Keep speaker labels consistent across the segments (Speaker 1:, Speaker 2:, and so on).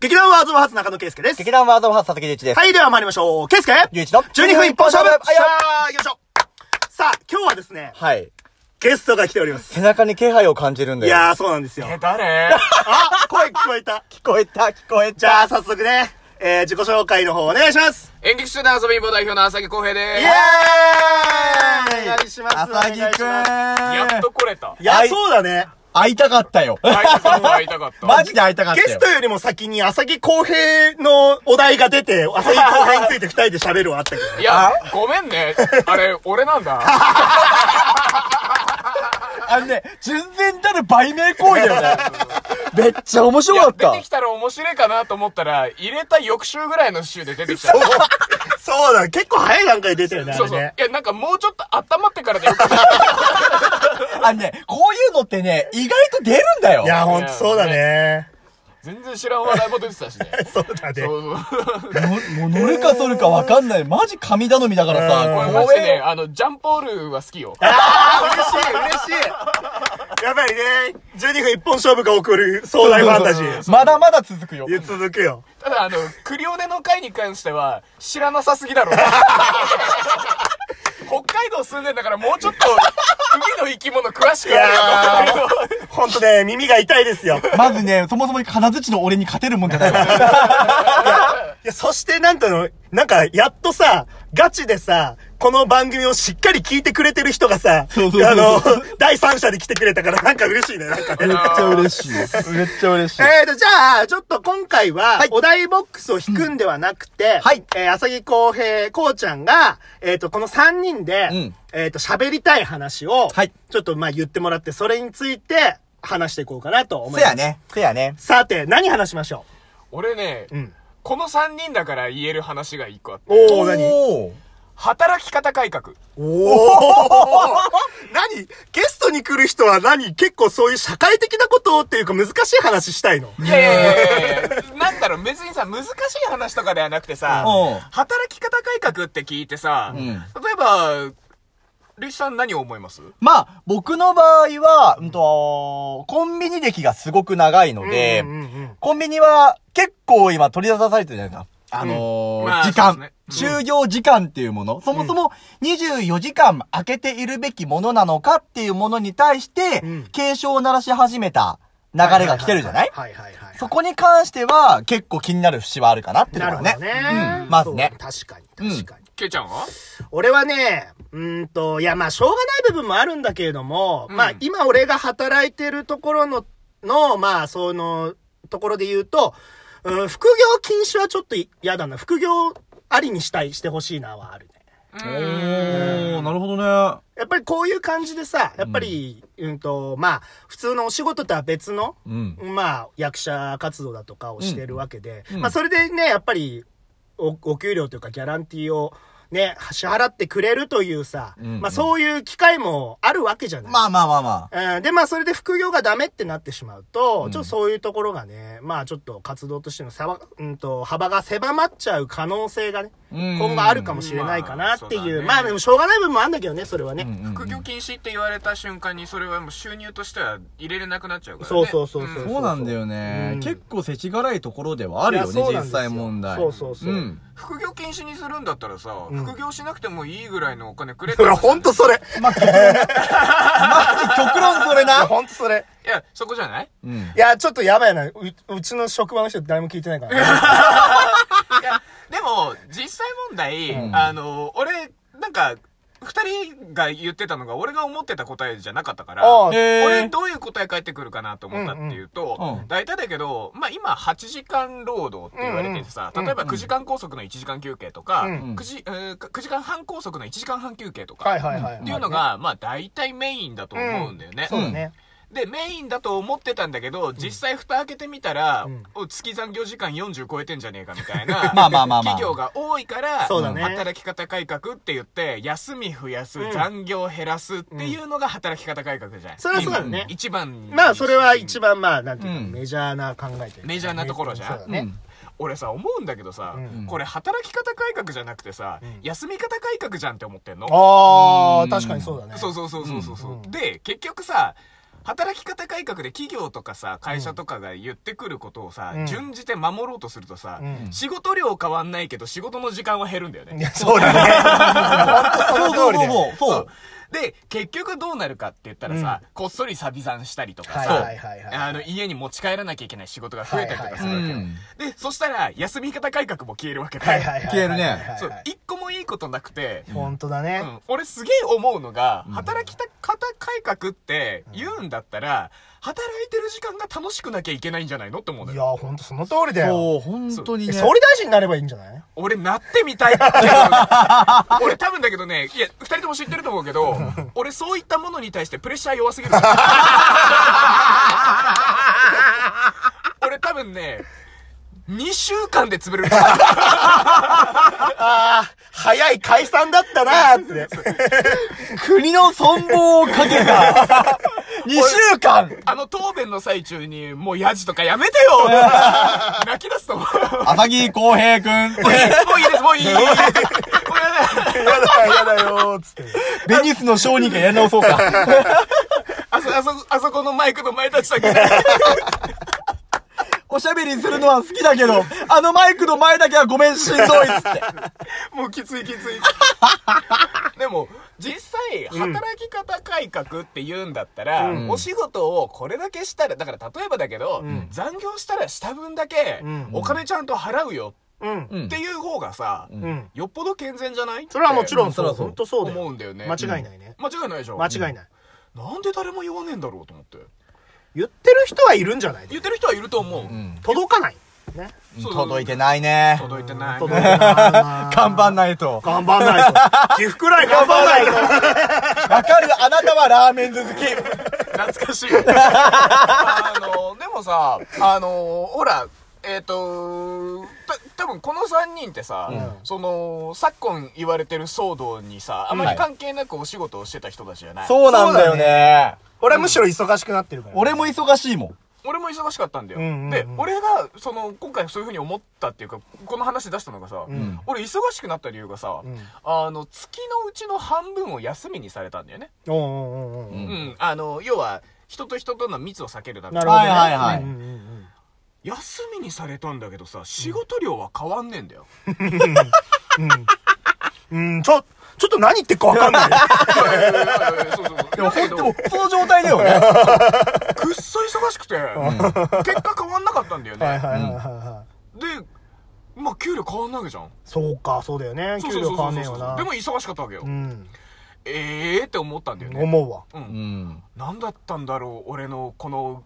Speaker 1: 劇団ワーズワーズ中野圭介です。
Speaker 2: 劇団ワードオファー佐々木隆一です。
Speaker 1: はい、では参りましょう。圭介
Speaker 2: 隆一の
Speaker 1: 12分一本勝負
Speaker 2: あ
Speaker 1: よ
Speaker 2: や
Speaker 1: ーよいしょさあ、今日はですね、
Speaker 2: はい。
Speaker 1: ゲストが来ております。
Speaker 2: 背中に気配を感じるん
Speaker 1: い
Speaker 2: だよ。
Speaker 1: やー、そうなん ですよ。
Speaker 3: え、誰
Speaker 1: あ、声聞こえた。
Speaker 2: 聞こえた、聞こえ
Speaker 1: じゃあ、早速ね、えー、自己紹介の方お願いします。
Speaker 3: 演劇集団遊びんぼ代表の浅木浩平で
Speaker 1: イ
Speaker 3: す。
Speaker 1: エーイお願いします。
Speaker 2: 浅木く
Speaker 1: お願いしま
Speaker 3: やっと来れた
Speaker 1: す。い。や、
Speaker 2: はい
Speaker 1: そうだね。
Speaker 2: 会いたかったよ。
Speaker 3: 会社さんが会いたかった。
Speaker 2: マジで会いたかった
Speaker 1: ゲ
Speaker 2: よ。
Speaker 1: ストよりも先に浅木公平のお題が出て、浅木公平について二人で喋るはあったけどね。
Speaker 3: いや、ごめんね。あれ、俺なん だ。
Speaker 2: あのね、純然たる売名行為だ よね。めっちゃ面
Speaker 3: い
Speaker 2: 白
Speaker 3: や
Speaker 2: かっ
Speaker 3: 出
Speaker 2: た
Speaker 3: てき。たら面白いかなと思ったら、入れた翌週ぐらいの週で出てきた。そう
Speaker 1: そうだ、結構早い段階で出たよね、あ
Speaker 3: そ
Speaker 1: れ
Speaker 3: うそう。い
Speaker 1: ね。
Speaker 3: や、なんかもうちょっと温まってからでよかった。
Speaker 2: あのね、こういうのってね、意外と出るんだよ
Speaker 1: い。や、ほんとそうだね。
Speaker 3: 全然知らん話題も出てたしね。
Speaker 1: そうだね。
Speaker 3: そうそう。
Speaker 2: もう乗るかそるかわかんない。マジ神頼みだから
Speaker 3: こ
Speaker 2: さ
Speaker 3: れ、
Speaker 2: こ
Speaker 3: マ
Speaker 2: う
Speaker 3: ジでね、あの、ジャンポールは好きよ。
Speaker 1: あー嬉しい、嬉しい。やばいね。12分一本勝負が送る壮大ファンタジー。
Speaker 2: まだまだ続くよ。
Speaker 1: 続くよ。
Speaker 3: ただ、あの、クリオネの回に関しては、知らなさすぎだろうな。北海道住んでんだから、もうちょっと、海の生き物詳しく
Speaker 1: い
Speaker 3: やれよ
Speaker 1: やー、 ほんとね、耳が痛いですよ。
Speaker 2: まずね、そもそも金槌の俺に勝てるもんじゃないわ。
Speaker 1: いや、そしてなんとの、なんか、やっとさ、ガチでさ、この番組をしっかり聞いてくれてる人がさ、あ
Speaker 2: そうそうそう
Speaker 1: の、第三者で来てくれたからなんか嬉しいね、なんかね。
Speaker 2: めっちゃ嬉しい。めっちゃ嬉しい。
Speaker 1: えーと、じゃあ、ちょっと今回は、
Speaker 2: はい
Speaker 1: お題ボックスを引くんではなくて、
Speaker 2: はい
Speaker 1: えー、浅木公平、こうちゃんが、えーと、この3人で、
Speaker 2: うん
Speaker 1: えーと、喋りたい話を、
Speaker 2: はい
Speaker 1: ちょっと、まあ、言ってもらって、それについて、話していこうかなと思いま
Speaker 2: そ
Speaker 1: す。
Speaker 2: や。ね。そやね。
Speaker 1: さて、何話しましょ
Speaker 3: 俺ね、
Speaker 1: ん
Speaker 3: この3人だから言える話が一個あっ
Speaker 1: う
Speaker 3: て、
Speaker 1: おー、何
Speaker 2: おー
Speaker 3: 働き方改革。
Speaker 1: 何ゲストに来る人は何結構そういう社会的なことっていうか難しい話したいの
Speaker 3: いやいやいやいやなんだろう、別にさ、難しい話とかではなくてさ、
Speaker 2: うん
Speaker 3: 働き方改革って聞いてさ、
Speaker 2: ん
Speaker 3: 例えば、リさん何を思います
Speaker 2: まあ、僕の場合は、うんと、コンビニ歴がすごく長いので、
Speaker 1: うんうんうん
Speaker 2: コンビニは結構今取り出されてるじゃないですか。あのー
Speaker 3: うんまあ
Speaker 2: 時間、
Speaker 3: そうですね
Speaker 2: 就業時間っていうもの、そもそも24時間空けているべきものなのかっていうものに対して、
Speaker 1: うん
Speaker 2: 警鐘を鳴らし始めた流れが来てるじゃない
Speaker 1: はいはいはい。
Speaker 2: そこに関しては結構気になる節はあるかなっていう
Speaker 1: なる
Speaker 2: の
Speaker 1: ほ
Speaker 2: は
Speaker 1: ど
Speaker 2: ね。
Speaker 1: ね。
Speaker 2: うんまずね
Speaker 1: そう確かに、確かに。
Speaker 3: ケイちゃんは
Speaker 1: 俺はね、うーんと、いや、まあ、しょうがない部分もあるんだけれども、
Speaker 3: うん
Speaker 1: まあ、今俺が働いてるところの、の、まあ、その、ところで言うと、うん、副業禁止はちょっと嫌だな。副業ありにしたい、してほしいなはあるね。
Speaker 2: おー、なるほどね。
Speaker 1: やっぱりこういう感じでさ、やっぱり、うん、と、まあ、普通のお仕事とは別の、
Speaker 2: うん。
Speaker 1: まあ、役者活動だとかをしてるわけで、
Speaker 2: うん
Speaker 1: まあ、それでね、やっぱりお、お給料というか、ギャランティーを、ね、支払ってくれるというさ、
Speaker 2: うん
Speaker 1: まあ、そういう機会もあるわけじゃない。
Speaker 2: まあまあまあまあ。
Speaker 1: うんで、まあ、それで副業がダメってなってしまうと、
Speaker 2: うん
Speaker 1: ちょっとそういうところがね、まあ、ちょっと活動としてのさば、うんと、幅が狭まっちゃう可能性がね、
Speaker 2: うん
Speaker 1: 今後あるかもしれないかなっていう。
Speaker 3: うん
Speaker 1: ま
Speaker 3: ま
Speaker 1: あ、
Speaker 3: あそうだね
Speaker 1: でも、しょうがない部分もあるんだけどね、それはね。
Speaker 2: うんうんうん
Speaker 3: 副業禁止って言われた瞬間にそれはもう収入としては入れれなくなっちゃうからね。
Speaker 1: そうそうそうそうう。
Speaker 3: ん
Speaker 2: そうなんだよね。
Speaker 1: うん
Speaker 2: 結構世知辛いところではあるよ
Speaker 1: い
Speaker 2: ね
Speaker 1: やそう、なんで
Speaker 2: 実
Speaker 1: すよ
Speaker 2: 際問題。
Speaker 1: そうそうそう
Speaker 3: 副業禁止にするんだったらさ、
Speaker 1: うん
Speaker 3: 副業しなくてもいいぐらいのお金くれた
Speaker 1: ほ
Speaker 3: ら
Speaker 1: ら、ほんとそれ。
Speaker 2: まあ、極論。マジ極論それな。
Speaker 1: ほんとそれ。
Speaker 3: いや、そこじゃない
Speaker 2: うん。
Speaker 1: いや、ちょっとやばいな。う、うちの職場の人誰も聞いてないから、ね。
Speaker 3: いや、でも、実際問題、
Speaker 2: うん
Speaker 3: あの、俺、なんか、二人が言ってたのが、俺が思ってた答えじゃなかったから、
Speaker 1: ああ
Speaker 2: へー
Speaker 3: 俺どういう答え返ってくるかなと思ったっていうと、
Speaker 2: うんうん
Speaker 3: 大体だけど、まあ今8時間労働って言われててさ、
Speaker 1: うんうん
Speaker 3: 例えば9時間拘束の1時間休憩とか、
Speaker 1: うん
Speaker 2: うん、
Speaker 3: 9, 時えー9時間半拘束の1時間半休憩とか、
Speaker 1: はいはいはい。
Speaker 3: っていうのが、まあ大体メインだと思うんだよね。
Speaker 1: そうだね。
Speaker 3: で、メインだと思ってたんだけど、実際蓋開けてみたら、
Speaker 1: うん
Speaker 3: お月残業時間40超えてんじゃねえかみたい な
Speaker 2: まあまあまあまあ
Speaker 3: 企業が多いから、
Speaker 1: そうだね
Speaker 3: 働き方改革って言って、休み増やす、
Speaker 1: うん
Speaker 3: 残業減らすっていうのが働き方改革じゃん。
Speaker 1: それはそうだね。
Speaker 3: 一番。
Speaker 1: まあ、それは一番まあ、なんていうか、
Speaker 2: うん
Speaker 1: メジャーな考えというか
Speaker 3: メジャーなところじゃん
Speaker 1: そうだ
Speaker 2: う
Speaker 1: ね。
Speaker 2: ん。
Speaker 3: 俺さ、思うんだけどさ、
Speaker 1: うん
Speaker 3: これ働き方改革じゃなくてさ、
Speaker 1: うん
Speaker 3: 休み方改革じゃんって思ってんの。
Speaker 1: あー、
Speaker 2: うん
Speaker 1: 確かにそうだね。
Speaker 3: そうそうそうそうそうそう
Speaker 1: うん
Speaker 3: で結局さ働き方改革で企業とかさ、会社とかが言ってくることをさ、
Speaker 1: うん
Speaker 3: 順次で守ろうとするとさ、
Speaker 1: うん
Speaker 3: 仕事量変わんないけど仕事の時間は減るんだよ
Speaker 1: い
Speaker 3: ね。
Speaker 1: や、そうだね。
Speaker 2: そうそうそうそうそう。
Speaker 3: で、結局どうなるかって言ったらさ、こっそりサビ算したりとか
Speaker 1: はい
Speaker 3: さ、
Speaker 1: はいはいはい
Speaker 3: あの、家に持ち帰らなきゃいけない仕事が増えたりとかす
Speaker 2: う
Speaker 3: るわけよ。
Speaker 2: ん。
Speaker 3: で、そしたら、休み方改革も消えるわけだよ。
Speaker 1: はいはいはいはいはい。
Speaker 2: 消えるね
Speaker 3: そう、一個もいいことなくて、
Speaker 1: 本当だね
Speaker 3: う。ん、俺すげえ思うのが、働き方改革って言うんだったら、働いてる時間が楽しくなきゃいけないんじゃないのって思うの
Speaker 1: い
Speaker 3: よ。
Speaker 1: や、本当その通りだよ。
Speaker 2: そう、本当に
Speaker 1: え
Speaker 2: ね。
Speaker 1: 総理大臣になればいいんじゃない
Speaker 3: 俺なってみたいっていう 俺多分だけどね、いや、二人とも知ってると思うけど、俺そういったものに対してプレッシャー弱すぎる。俺多分ね、2週間で潰れる。
Speaker 1: ああ、早い解散だったなーって。
Speaker 2: 国の存亡をかけた、2週間
Speaker 3: あの答弁の最中に、もうヤジとかやめてよ 泣き出すと思う。
Speaker 2: 浅木公平くん、
Speaker 3: もういいです、もういい。もうやだ
Speaker 1: やだ、やだよーっつって。
Speaker 2: ベニスの商人がやり直そうか。
Speaker 3: あそ、あそ、あそこのマイクの前立ち だけ。
Speaker 2: おしゃべりするのは好きだけど、あのマイクの前だけはごめん、しんどいっつって。
Speaker 3: もうきついきつい。でも、実際、
Speaker 1: ん
Speaker 3: 働き方改革って言うんだったら、
Speaker 1: うん
Speaker 3: お仕事をこれだけしたら、だから例えばだけど、
Speaker 1: ん
Speaker 3: 残業したらした分だけ
Speaker 1: うん、
Speaker 3: お金ちゃんと払うよ
Speaker 1: うん。
Speaker 2: うん
Speaker 3: っていう方がさ、
Speaker 1: うん。
Speaker 3: よっぽど健全じゃない
Speaker 1: それはもちろん
Speaker 2: う
Speaker 1: そ
Speaker 2: ん
Speaker 1: う。
Speaker 2: そらそう
Speaker 1: 本当そうだよ。
Speaker 3: 思うんだよね
Speaker 1: 間違いないね。
Speaker 3: 間違いないでしょ
Speaker 1: 間違いない。
Speaker 3: なんで誰も言わねえんだろうと思って。
Speaker 1: 言ってる人はいるんじゃない
Speaker 3: 言ってる人はいると思う。
Speaker 2: うん
Speaker 1: 届かない。ね。
Speaker 3: そう
Speaker 2: 届いてないね。
Speaker 3: 届いてない、
Speaker 1: 届かない。
Speaker 2: 看板ないと。
Speaker 1: 頑張んないと。 寄付くらい頑張んないと。
Speaker 2: わかる、あなたはラーメン好き。
Speaker 3: 懐かしい。あの、でもさ、あの、ほら、えっ、と、た、多分この3人ってさ、
Speaker 1: うん
Speaker 3: その、昨今言われてる騒動にさ、あまり関係なくお仕事をしてた人たちじゃない、
Speaker 2: そうなんだよね。
Speaker 1: 俺はむしろ忙しくなってるから。
Speaker 2: 俺も忙しいもん。
Speaker 3: 俺も忙しかったんだよ。
Speaker 1: うんうんうん
Speaker 3: で、俺が、その、今回そういうふうに思ったっていうか、この話出したのがさ、
Speaker 1: ん
Speaker 3: 俺忙しくなった理由がさ、
Speaker 1: うん
Speaker 3: あの、月のうちの半分を休みにされたんだよね。
Speaker 1: おうんうんうんうん。
Speaker 3: う、
Speaker 2: うんん
Speaker 3: あの、要は、人と人との密を避けるため
Speaker 1: な
Speaker 3: に
Speaker 1: るほどね。
Speaker 2: はいはいはい
Speaker 1: うんうんうん
Speaker 3: 休みにされたんだけどさ仕事量は変わんねえんだよ、
Speaker 1: うん。うん、ちょ、ちょっと何言ってるかわかんない。
Speaker 3: いやいやいやいやそうそうそう
Speaker 2: でも、
Speaker 3: だけ
Speaker 2: ほん
Speaker 3: ど
Speaker 2: ともうその状態だよね。
Speaker 3: くっそ忙しくて、結果変わんなかったんだよ ね、
Speaker 1: はいはいはいはいはい。
Speaker 3: でまあ給料変わんないわけじゃん
Speaker 1: そうか、そうだよね。給料変わんねえよな。
Speaker 3: でも忙しかったわけよ、
Speaker 1: うん。
Speaker 3: ええー、って思ったんだよね
Speaker 1: 思うわ。
Speaker 3: う、
Speaker 2: うんん。
Speaker 3: なんだったんだろう俺のこの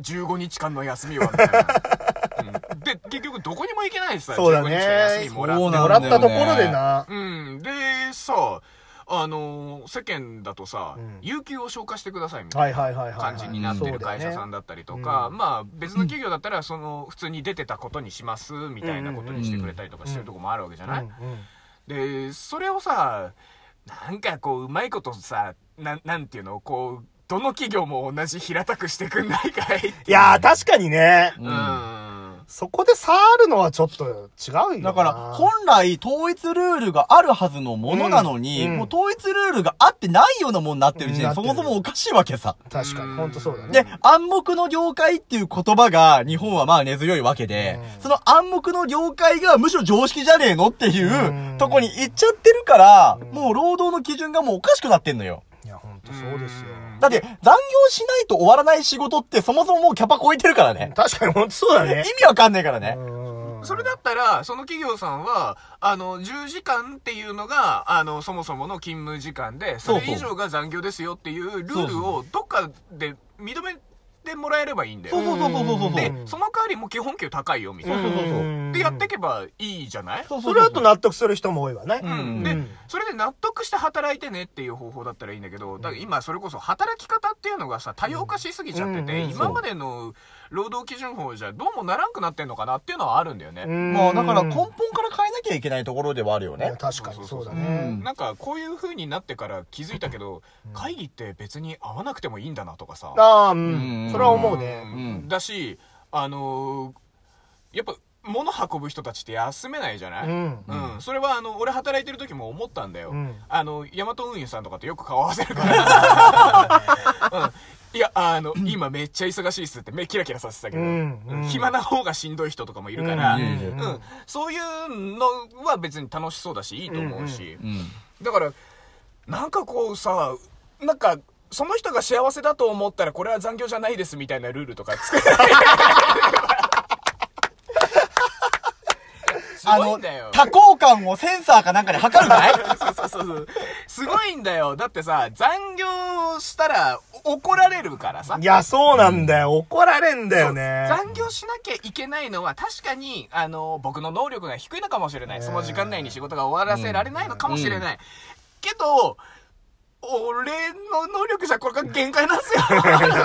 Speaker 3: 15日間の休みはみたい な、うん、で結局どこにも行けないしさ
Speaker 1: そうだね
Speaker 3: 15日間休みもらって
Speaker 2: そうなんだよね
Speaker 1: もらったところでな。
Speaker 3: うん。で、さ、あのー世間だとさ、
Speaker 1: うん
Speaker 3: 有給を消化してくださいみた
Speaker 1: はいい
Speaker 3: な
Speaker 1: はいはいはい。
Speaker 3: 感じになってる会社さん
Speaker 1: だ。
Speaker 3: だったりとか、
Speaker 1: うん
Speaker 3: まあ別の企業だったら、その、普通に出てたことにします、みたいなことにしてくれたりとかしてるとこもあるわけじゃ
Speaker 1: うんう
Speaker 3: ない、
Speaker 1: ん。
Speaker 3: で、それをさ、なんかこう、うまいことさ、なん、なんていうの、こう、どの企業も同じ平たくしてくんないかいって
Speaker 1: いやー、確かにね。
Speaker 3: うん。
Speaker 1: そこで差あるのはちょっと違うよな。
Speaker 2: だから、本来統一ルールがあるはずのものなのに、
Speaker 1: うんうん
Speaker 2: もう統一ルールがあってないようなもんなってる時点
Speaker 1: う
Speaker 2: で、
Speaker 1: ん
Speaker 2: そもそもおかしいわけさ。
Speaker 1: 確かに。ほんとそうだね。
Speaker 2: で、暗黙の了解っていう言葉が日本はまあ根強いわけで、
Speaker 1: うん
Speaker 2: その暗黙の了解がむしろ常識じゃねえのっていううんとこに行っちゃってるから、
Speaker 1: うん
Speaker 2: もう労働の基準がもうおかしくなってんのよ。
Speaker 1: いや、ほんとそうですよ。
Speaker 3: うん
Speaker 2: だって残業しないと終わらない仕事ってそもそももうキャパ超えてるからね。
Speaker 1: 確かにほんとそうだ
Speaker 2: 意
Speaker 1: ね。
Speaker 2: 味わかんないからね。
Speaker 1: うん
Speaker 3: それだったら、その企業さんは、あの、10時間っていうのが、あの、そもそもの勤務時間で、そ
Speaker 2: そうそう
Speaker 3: れ以上が残業ですよっていう
Speaker 2: そう
Speaker 3: ルー
Speaker 2: そう
Speaker 3: ルを、どっかで認めてもらえればいいんだ
Speaker 2: そ
Speaker 3: よ。
Speaker 2: うそうそうそうそうそう。
Speaker 3: で
Speaker 1: う、ん
Speaker 3: その代わりもう基本給高いよ、みたい
Speaker 2: そう
Speaker 3: な。
Speaker 2: そうそう
Speaker 3: で、やっていけばいいじゃない
Speaker 2: そうそうそう
Speaker 1: それだと納得する人も多いわね。
Speaker 2: うん
Speaker 3: で
Speaker 1: うん、
Speaker 3: それで納得して働いてねっていう方法だったらいいんだけど、だから今それこそ働き方っていうのがさ、多様化しすぎちゃって
Speaker 1: うん
Speaker 3: て、
Speaker 1: うんうん
Speaker 3: 今までの労働基準法じゃどうもならんくなってんのかなっていうのはあるんだよね。
Speaker 2: まあだから根本
Speaker 1: ね。
Speaker 2: から変えなきゃいけないところではあるよ
Speaker 1: い
Speaker 2: ね
Speaker 1: や。確かにそうだ
Speaker 2: うん
Speaker 1: ね。
Speaker 3: なんかこういう風になってから気づいたけど、会議って別に合わなくてもいいんだなとかさ。
Speaker 1: ああ、う
Speaker 2: うんん。
Speaker 1: それは思うんね。
Speaker 3: だし、あのーやっぱ物運ぶ人たちって休めないじゃな
Speaker 1: う
Speaker 3: い、
Speaker 1: ん。
Speaker 3: うんそれはあの俺働いてる時も思ったんだよ、
Speaker 1: うん
Speaker 3: あのヤマト運輸さんとかとよく顔合わせるから、いや、あの、今めっちゃ忙しいっすって目キラキラさせてたけど、
Speaker 1: うんうん
Speaker 3: 暇な方がしんどい人とかもいるから、
Speaker 1: う
Speaker 3: うんん
Speaker 2: うん
Speaker 3: そういうのは別に楽しそうだし、いいと思うし、
Speaker 2: うん。
Speaker 3: だから、なんかこうさ、なんか、その人が幸せだと思ったらこれは残業じゃないですみたいなルールとか 作る。す
Speaker 2: あ
Speaker 3: ごい
Speaker 2: の
Speaker 3: んだよ、。
Speaker 2: 多幸感をセンサーかなんかで測るんじゃない
Speaker 3: そうそうそうそう。すごいんだよ。だってさ、残業したらお怒られるからさ。
Speaker 1: いや、そうなんだよ。怒られんだよね。
Speaker 3: 残業しなきゃいけないのは確かに、あの、僕の能力が低いのかもしれない。その時間内に仕事が終わらせられないのかもしれない。けど、俺の能力じゃこれが限界な んですよ。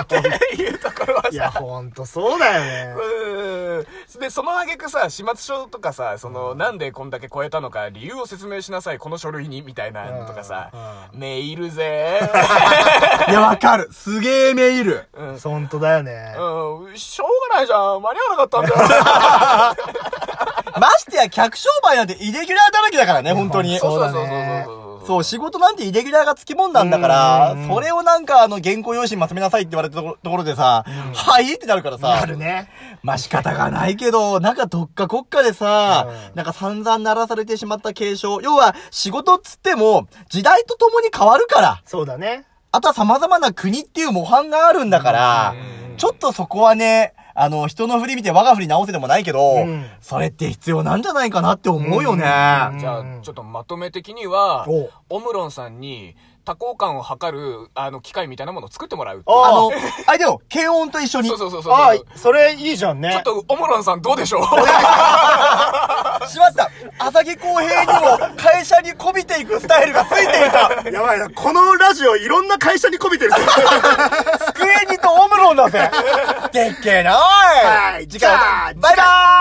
Speaker 3: っていうところはい
Speaker 1: や、
Speaker 3: さ。
Speaker 1: ほんとそうだよね。
Speaker 3: うんで、その挙句さ、始末書とかさ、その、なんでこんだけ超えたのか、理由を説明しなさい、この書類に、みたいなのとかさ、メールぜ
Speaker 2: いや、わかる。すげえメール。
Speaker 1: ほんとだよね。
Speaker 3: うん、しょうがないじゃん、間に合わなかったんだよ。
Speaker 2: ましてや、客商売なんてイレギュラーだらけだからね、本当に。
Speaker 1: そうだね
Speaker 3: そう
Speaker 2: そう、仕事なんてイレギュラーがつきもんなんだから、それをなんかあの原稿用紙にまとめなさいって言われたとこところでさ、はいってなるからさ
Speaker 1: あ、るね。
Speaker 2: まあ仕方がないけど、なんかどっか国家でさ、なんか散々鳴らされてしまった継承。要は仕事っつっても、時代とともに変わるから、
Speaker 1: そうだね。
Speaker 2: あとは様々な国っていう模範があるんだから、ちょっとそこはね、あの、人の振り見て我が振り直せでもないけど、
Speaker 1: うん
Speaker 2: それって必要なんじゃないかなって思うよね。
Speaker 3: じゃあ、ちょっとまとめ的には
Speaker 1: お、
Speaker 3: オムロンさんに多幸感を測る、あの、機械みたいなものを作ってもらうっていう。
Speaker 1: あ
Speaker 2: あの、あれだよ、検温と一緒に。
Speaker 3: そうそうそうそう。
Speaker 1: あ
Speaker 3: ち
Speaker 1: あ、それいいじゃんね。
Speaker 3: ょっと、オムロンさんどうでしょう
Speaker 2: しまった浅木公平にも会社にこびていくスタイルがついていた
Speaker 1: やばいな。このラジオいろんな会社にこびてる。
Speaker 2: 机にとオムロンだぜでっけえなおい
Speaker 1: はい
Speaker 2: 次回
Speaker 1: じゃあ
Speaker 2: バイバーイ